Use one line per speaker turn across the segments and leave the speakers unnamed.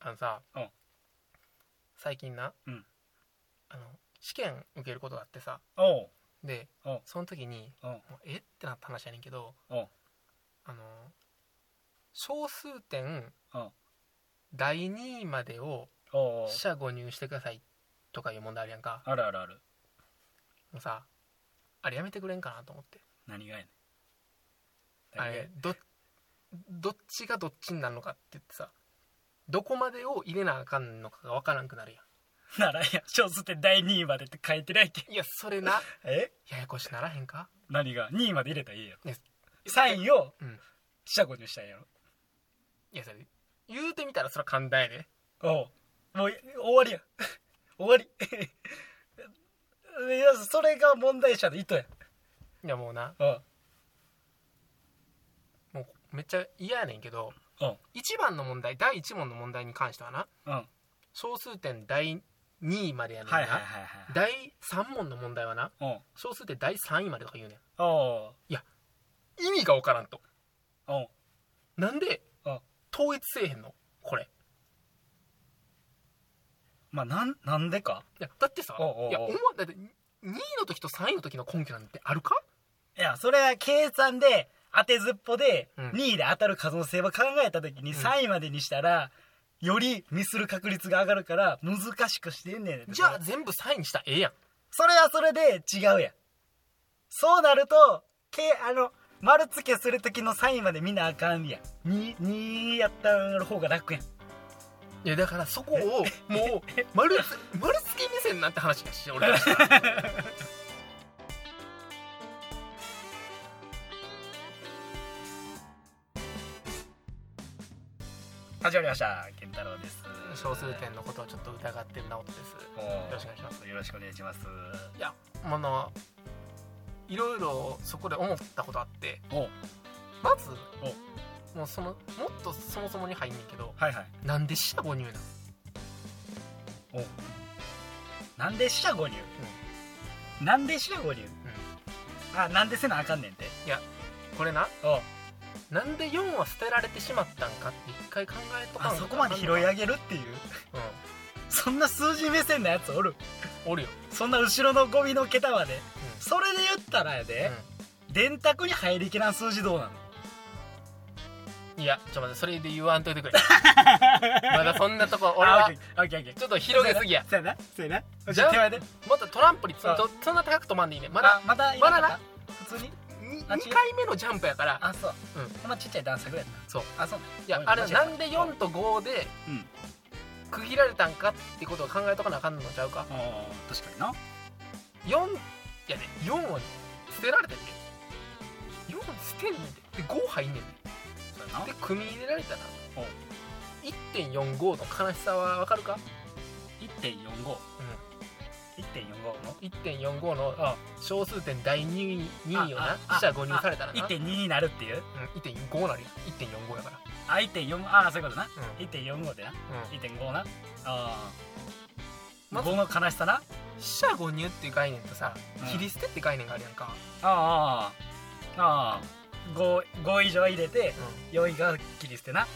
あのさ、
うん
最近な、
うん
あの試験受けることがあってさ
おう
で、
うん
その時に、
うん
もうえってなった話やねんけど、
うん
あの小数点、
うん
第2位までを
おうおう
社誤入してくださいとかいう問題あるやんか
あるあるある
もうさあれやめてくれんかなと思って
何がやねん
あれどどっちがどっちになるのかって言ってさどこまでを入れなあかんのかが分からんくなるや
ならんやん小数点第2位までって書いてないけん
んいやそ れな
え
ややこしならへんか
何が2位まで入れたらいいや
ね
3位を
うん
四捨五入したんやろ
いやそれ言うてみたらそれは簡単やで
おうもうい終わりや 終わり いやそれが問題者の意図や
いやもうな
おう
もうめっちゃ嫌やねんけど
おう
1番の問題第1問の問題に関してはな
うんはい
小数点第2位までやねんな、
はいはいはい
第3問の問題はな
おう
小数点第3位までとか言うね
おうん
意味が分からんと
おう
なんで
あ
統一せえへんのこれ
まあなんなんでか
いやだってさ
おうおうおう
いや思わだって2位の時と3位の時の根拠なんてあるか
いやそれは計算で当てずっぽで
うん
2位で当たる可能性を考えた時に3位までにしたらよりミスる確率が上がるから難しくしてんねんって
じゃあ全部3位にしたらええやん
それはそれで違うやんそうなるとけあの丸付けする時の3位までみんなあかんやん 2, 2やった方が楽やん
いやだからそこをもう丸つ丸つけ目線なんて話だし俺らしたら
始まりました健太郎です
小数点のことをちょっと疑ってる直人です
お
よろしくお願いします
ーよろしくお願いします
いやものいろいろそこで思ったことあって
おう
まずもうそのもっとそもそもに入んねんけど
はいはい
なんで四捨五入なん
なんで四捨五入、なんで四捨五入、あなんでせなあかんねんて
これな
おう
なんで4は捨てられてしまったんかって一回考えとかん
あ
と
そこまで拾い上げるっていう
う
そんな数字目線のやつおる
んおるよ、
そんな後ろのゴミの桁まで
う
それで言ったらや
ん
で、電卓に入りきらん数字どうなの
うんいやちょっと待ってそれで言わんといてくれ まだそんなとこ俺
あ
は
オッケーオッケーオッケー
ちょっと広げすぎや
そうやなそうやな
じ
じ
ゃ
ゃ
あ
あ手前で
もっとトランポリンそ
あ
そそんな高く止まんでいいねま
まだ
だ
まだい
まだ
な
な
かった普通に
2,
あ違う
回目のジャンプやから
あそう
うん
ほんまちっちゃい段差ぐらいやな
そう
あそう
いや
ごめん
あれ
間違え
な
た
んで4と5で
うん
区切られたんかってことを考えとかなあかんのちゃうか
あー確かにな
4やで4は捨てられてんね4捨てんねんでで5入んねん
そうやな
でで組み入れられたら
お
1.45の悲しさはわかるか
1.45うん1.45の
1.45の
あ
小数点第2位をな
ああ
四捨五入されたらな、うん、
1.2になるっていう
1.5なるよ1.45やから
あ1.4ああそういうことな
うん、うん、
1.45でな1.5なああ
まず
5の悲しさな
四捨五入っていう概念とさ
うん
切り捨てって概念があるやんか、
ああああ 5, 5以上入れて
うん
4位が切り捨てな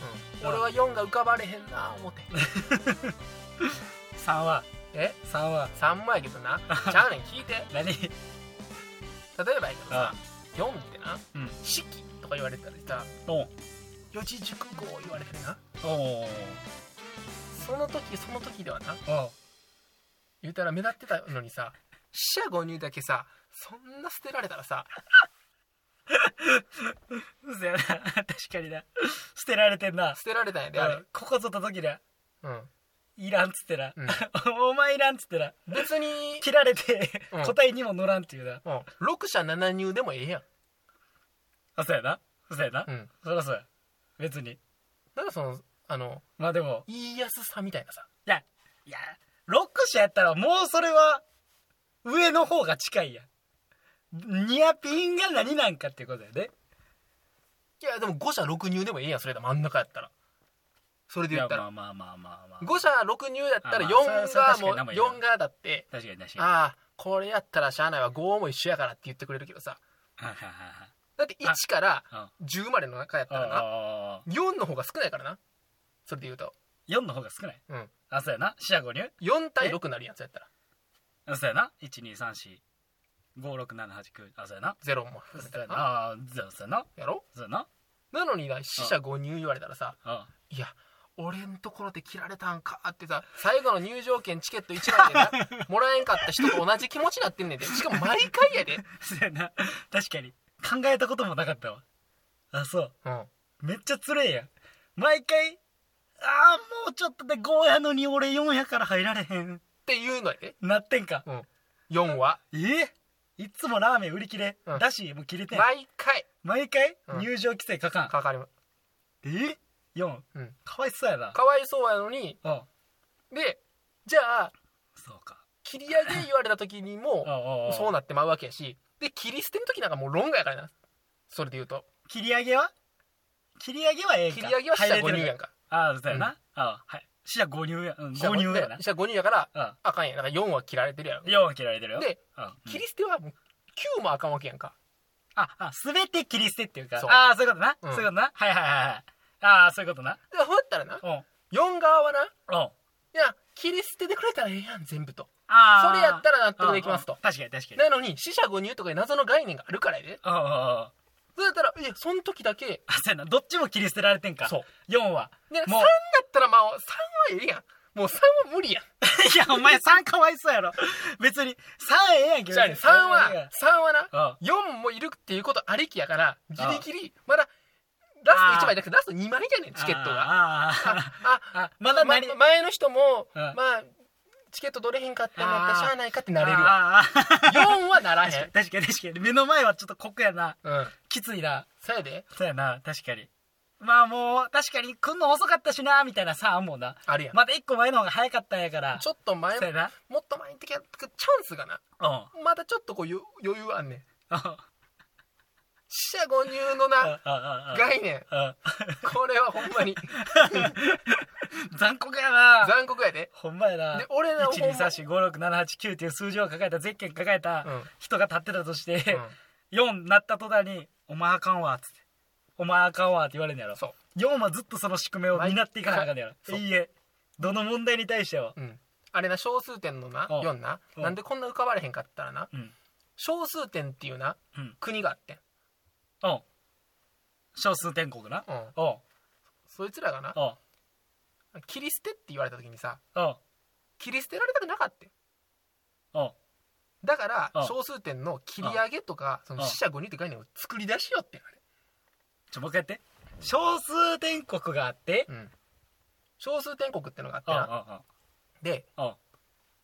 うん、俺は4が浮かばれへんな思て
3は
え
3は
3枚やけど なちゃうねん聞いて
何
例えばやけどさ
あ
4ってな、
うん
式とか言われたらさ
おう
四字熟語を言われてな
おお
その時その時ではな
おう
言うたら目立ってたのにさ四捨五入だけさそんな捨てられたらさ
うそやな 確かにな捨てられてんな
捨てられたんやであれ
うんここぞった時だ
うん、
いらんっつってな、
う
お前いらんっつってな
別 に、
切られて
うん
答えにも乗らんっていうな
うん、6社7入でもええやん、
あそうやなそうやな、
うん、
そりゃそうや別に
なんかそのあの
まあでも
言いやすさみたいなさ
いやいや6社やったらもうそれは上の方が近いやんニアピンが何なんかっていうことやね
いやでも5社6入でもええやんそれだ真ん中やったらそれで言ったら
あまあまあまあま
5社6入やったら
あまあ
4
それは
が
それは確か
も
に
う
何も言えな
4
い
がだって
確かに確かに
ああこれやったらしゃあないわ5も一緒やからって言ってくれるけどさ
はいはいはいはい
だって1から
あ
10までの中やったらな
あ
4の方が少ないからなそれで言うと
4の方が少ない
うん
あそうやな四捨五入
4対6なるやつやったら
あそうやな123456789あそうやな
0も
そう
含めた
や
ら
な
な
あーそうやな
やろ
そうやな
なのにな死者5入言われたらさ
あ
いや俺んところで切られたんかってさ最後の入場券チケット1枚でな もらえんかった人と同じ気持ちになってんねんでしかも毎回やで
そうやな確かに考えたこともなかったわあそう
うん
めっちゃつれえやん毎回あーもうちょっとで5やのに俺4やから入られへん
っていうのやで、
なってんか
うん、4は
えいつもラーメン売り切れ、
うん
だしもう切れてん
毎回
毎回
うん
入場規制かかん、
かかりま
え4、
うん
かわいそうやな
かわいそうやのに
うん
でじゃあ
そうか
切り上げ言われた時にも
ああ
そう
な
なってまうわけやしで切り捨ての時なんかもう論外やからなそれで言うと
切り上げは切り上げはええんか
切り上げは死者5入やん
ん
か
ああそうやな、ああはい死者5入や、うん、5入やな
死者5入やから
うん
あかんやんだから4は切られてるやろ
4は切られてるよ
で
うん
切り捨てはもう9もあかんわけやんか
あ、あ、すべて切り捨てっていうか。
そう
ああ、そういうことな。
うん
そういうことな。はいはいはいはい。ああ、そういうことな。
でほやったらな
うん。うん。
4側はない
あ
や切り捨ててくれたらええやん全部と
あ。
それやったら納
うん、
得できます
う
と
ん確かに確かに。
なのに死者5入とかいう謎の概念があるからやで
うんうんうん。あ、
そうやったらいやその時だけ
そうやな。どっちも切り捨てられてんか。
そう。
4は。
で3
も
だ
う
ったらまあ3はええやんもう3は無理やん
いや、お前3かわいそうやろ。別に、3ええやんけ。
じゃあね
別
3
に
は3はな
うん。
4もいるっていうことありきやからギ
ああ
リギリまだラスト1枚じゃなくてラスト2枚じゃねんチケットが
あーあー。
あ
あ、まだ何
ま前の人も
うん
まあチケット取れへんかったんやったら
あ
し
ー
ゃあないかってなれるわ
あーあー
4はならへん
確かに確かに確かに。目の前はちょっと酷やな。
うん
きついな。
そやで
そうやな確かにまあもう確かに来んの遅かったしなみたいなさあんもんな
あるやん
まだ一個前の方が早かったんやから
ちょっと前
そうやな
もっと前に時はチャンスがな
うん
まだちょっとこう余余裕あんねん
うん
死者誤入のな
うん
概念
うん
これはほんまに
うん残酷やな
残酷やで
ほんまやな
で俺らほんま
123456789っていう数字を抱えたゼッケン抱えた
うん
人が立ってたとして、
うん
4なった途端に「お前あかんわ」っつって「お前あかんわ」って言われるんやろ
そう
4はずっとその宿命を担っていかなあかんのやろ
そう
いいえどの問題に対しては
うんあれな小数点のな
うん
4な
うん
なんでこんな浮かばれへんかったらな
うん
小数点っていうな
うん
国があってん
うん少数天国な
うん
おう
そいつらがな
おう
切り捨てって言われた時にさ
おう
切り捨てられたくなかったん
おう
だから
うん
小数点の切り上げとかその
うん
死者誤入って概念を作り出しよってんあれ
ちょもう一回やって少数天国があって
うん小数点国ってのがあって
おうお
な
う
で
おう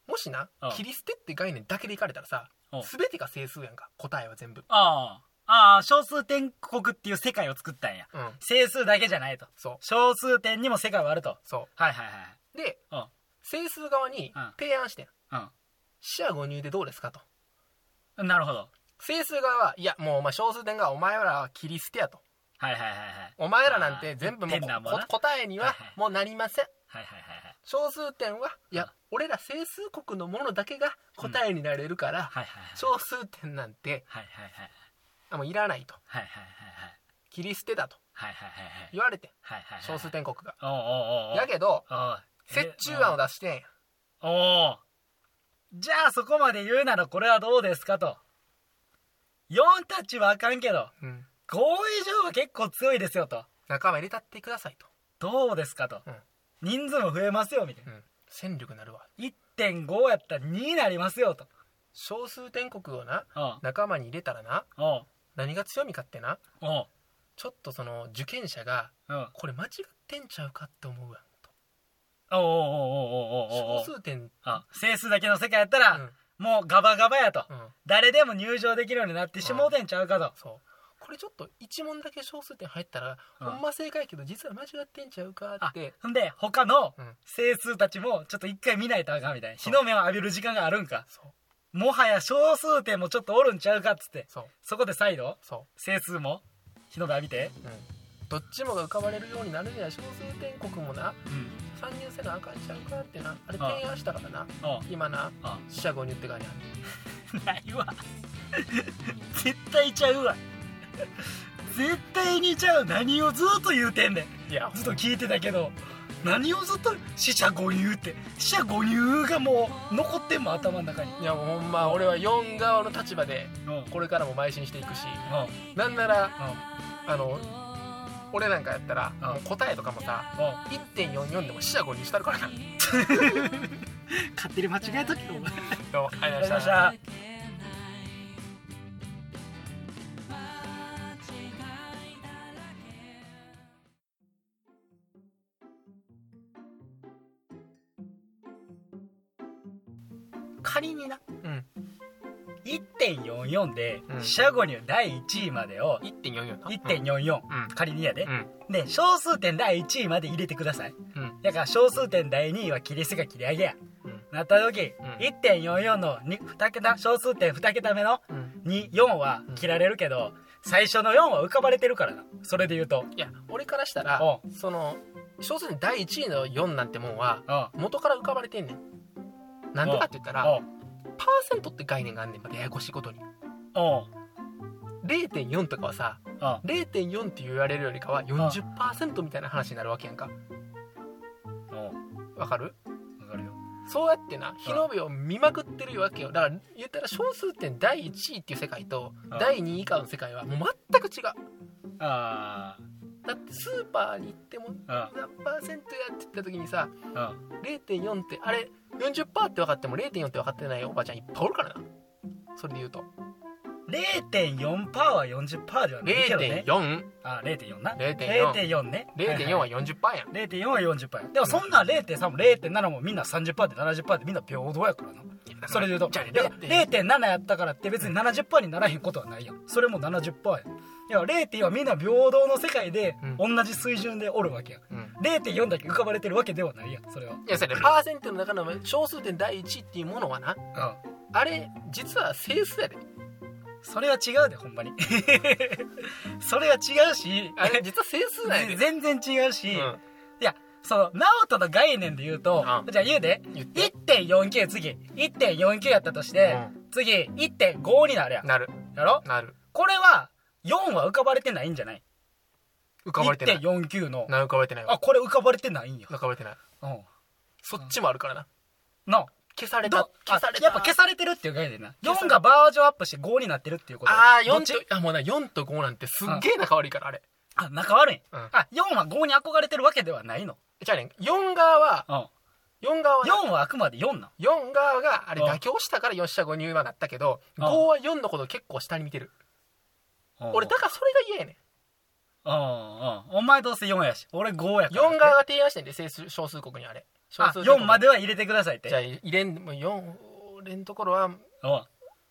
もしな
うん
切り捨てって概念だけでいかれたらさ
うん
全てが整数やんか答えは全部
ああああ少数天国っていう世界を作ったんや
うん
整数だけじゃないと
そう
少数点にも世界はあると
そ
はいはいはいう
で
うん
整数側に
うん
提案してん死者誤入でどうですかと
うんなるほど
整数側はいやもうお前少数点がお前らは切り捨てやと
はいはいはいはいはい
お前らなんて全部もう
変なもん
こ
な
答えに
は
はい
はい
もうなりません
はいはいはい
小数点はい
うん
や俺ら整数国のものだけが答えになれるから
はいはいはい
小数点なんて
はいはいはい
あもういらないと
はいはいはい
切り捨てだと
はいはいはいはい
言われてん
はいはいはい
小数点国が
おうおうおうおう
やけど
おう
折衷案を出してんや
おおじゃあそこまで言うならこれはどうですかと4たちはあかんけど
うん
5以上は結構強いですよと
仲間入れたってくださいと
どうですかと、
うん
人数も増えますよみたいな、
うん戦力なるわ
1.5やったら2になりますよと
小数点国をな
おう
仲間に入れたらな
おう
何が強みかってな
おう
ちょっとその受験者が
おう
これ間違ってんちゃうかって思うわと
おうおうおうおうおうお
小
う
数点
あ整数だけの世界やったら、
うん
もうガバガバやと、
うん
誰でも入場できるようになってしもうてんちゃうかと、
そうこれちょっと1問だけ小数点入ったら、
うん
ほんま正解やけど実は間違ってんちゃうか
あ
って
ほんで他の
うん
整数たちもちょっと一回見ないとあかんみたいな日
そう
の目を浴びる時間があるんか
そう
もはや小数点もちょっとおるんちゃうかっつって
そう
そこで再度
そ
整数も日の目浴びて
う、うん、どっちもが浮かばれるようになるには小数点国もな
うん
参入せなあかんちゃうかってなあれ
あ
提案したからな
あ
今な
あ
四捨五入って概念ある
ないわ絶対ちゃうわ絶対にちゃう何をずっと言うてんねん
いや
ずっと聞いてたけど何をずっと死者誤入って死者誤入がもう残ってんもん頭の中に
いやもうほんま俺は4側の立場で
うんうん
これからも邁進していくしなんならあの俺なんかやったら
うん
もう答えとかもさ1.44でも四捨五入したるからな
勝手に間違えとけよお前
どうもありがとうございま
ま
し
したた仮にな
うん
1.44で
うん
死者誤入第1位までを
1.44な
1.44
うん
仮にやで
う、ん
で小数点第1位まで入れてください
うん
だから小数点第2位は切り捨てか切り上げや、
うん
なった時、
うん
1.44の 2, 桁小数点2桁目の
うん
24は切られるけど、最初の4は浮かばれてるからなそれで言うと
いや俺からしたら
お
その小説に第1位の4なんてもんは
うん
元から浮かばれてんねんなんでかって言ったら
おう
パーセントって概念があんねんまたややこしいことに
おう
0.4とかはさ
おう
0.4って言われるよりかは40%みたいな話になるわけやんか
おう
わかる
わかるよ
そうやってな日の目を見まくってるわけよだから言ったら小数点第1位っていう世界と
うん
第2位以下の世界はもう全く違う
あ
だってスーパーに行っても
あ
何パーセントやって言った時にさ
うんうん
0.4ってあれ40%って分かっても0.4って分かってないおばちゃんいっぱいおるからなそれで言うと
0.4%は40%ではないけどね
0.40.4
あ0.4な
0.4
0.4ね
は40%やん
0.4は40%やでもそんなん0.3も0.7もみんな30%で70%でみんな平等やからなそれで言うと
じゃあね
だから0.7やったからって別に70%にならへんことはないやんそれも70%やんいや0.4はみんな平等の世界で
う
同じ水準でおるわけやん
うん
0.4だけ浮かばれてるわけではないやんそれはい
やそれパーセントの中の小数点第1位っていうものはな
うん
あれ実は整数やで
それは違うでほんまに それは違うし
あれ 実は整数なんやで、
全然違う
う
し、い
ん、
やその直人の概念で言うと、
うん
じゃあ言うで
言って
1.49次1.49やったとして、次1.5になるやん
なる
やろ
なる
これは4は浮かばれてないんじゃない
浮かばれてない
1.49の
な浮かばれてないわ
あこれ浮かばれてないんや、
浮かばれてない
うん、
そっちもあるからな
な
消された
ど
消され
あ
た
やっぱ消されてるっていう概念な
消さ
4
れ
がバージョンアップして5になってるっていうこと
ああ
ど
4
っち
とあもうな4と5なんてすっげえ仲悪いからあれ
あ仲悪い、
うん
あ4は5に憧れてるわけではないの、
じゃあね4側は
うん、
4側はな
4はあくまで4なの
4側があれ
うん
妥協したから4下5入はなったけど
うん
5は4のことを結構下に見てる俺だからそれが嫌やね
うんうんお前どうせ4やし俺5や
ん
から
4側が提案してんで整数小数国にあれ小
あ
数点
4までは入れてくださいって
じゃあ入れんもう4俺んところは
うん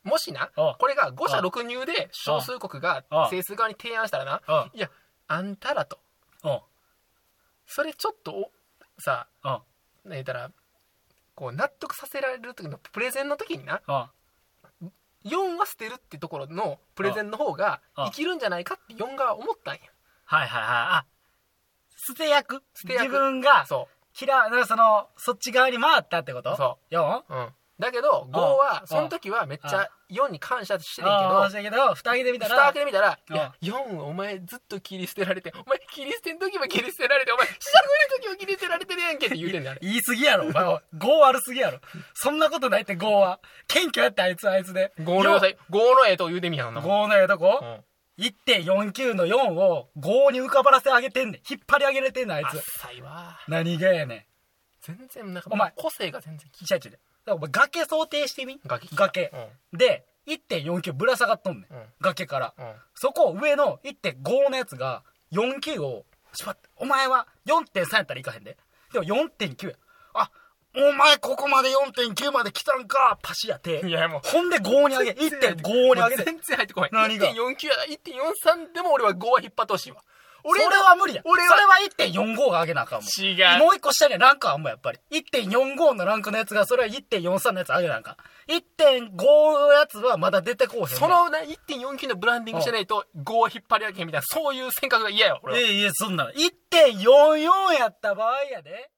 もしな
うん
これが5社6入で小数国が
うん
整数側に提案したらな
うん
いやあんたらと
うん
それちょっとおさ
うん
言ったらこう納得させられる時のプレゼンの時にな
うん
4は捨てるってところのプレゼンの方が
ああ
生きるんじゃないかって4が思ったんや
はいはいはいあ捨て役
捨て役
自分が
そ
嫌いなんかそのそっち側に回ったってこと
そう
4
ううんだけど5は
あ
その時はめっち
あ
ゃ4に感謝してるけ
あ
ど
あそうやけど蓋開けてみた
蓋
ら
開けてみたら「い
あ
や4お前ずっと切り捨てられてお前切り捨てん時も切り捨てられてお前下振りの時も切り捨てられてるやんけ」って言うてんねんあれ
言い過ぎやろお前 は5悪すぎやろそんなことないって5は謙虚やってあいつはあいつで
5の要塞5のええとこ言うてみやんなもん
5のええとこ、
うん
1.49の4を5に浮かばらせ上げてんねん引っ張り上げれてんねんあい
あっ
つ
さいわ
何がやねん
全然なんか
お前
個性が全然
ちゃちゃお前崖想定してみ
崖来た
崖、で1.49ぶら下がっとんねん、
うん
崖から
うんうん
そこ上の1.5のやつが4.9をしまってお前は4.3やったらいかへんででも4.9やあお前ここまで4.9まで来たんかパシやて
いやもう
ほんで5に上げ1.5に上げて
全然入ってこない
何が
1.49や1.43でも俺は5は引っ張ってほしいわ
そ
俺
れ
ら
は無理や
俺は
それは1.45が上げなあかんもん
違う
もう一個下にはランクあんもんやっぱり1.45のランクのやつがそれは1.43のやつ上げなあかん1.5のやつはまだ出てこうへんねん
そのな1.49のブランディングしてないと5は引っ張り上げへんみたいなそういう性格が嫌よ俺はい
やいやそんなの1.44やった場合やで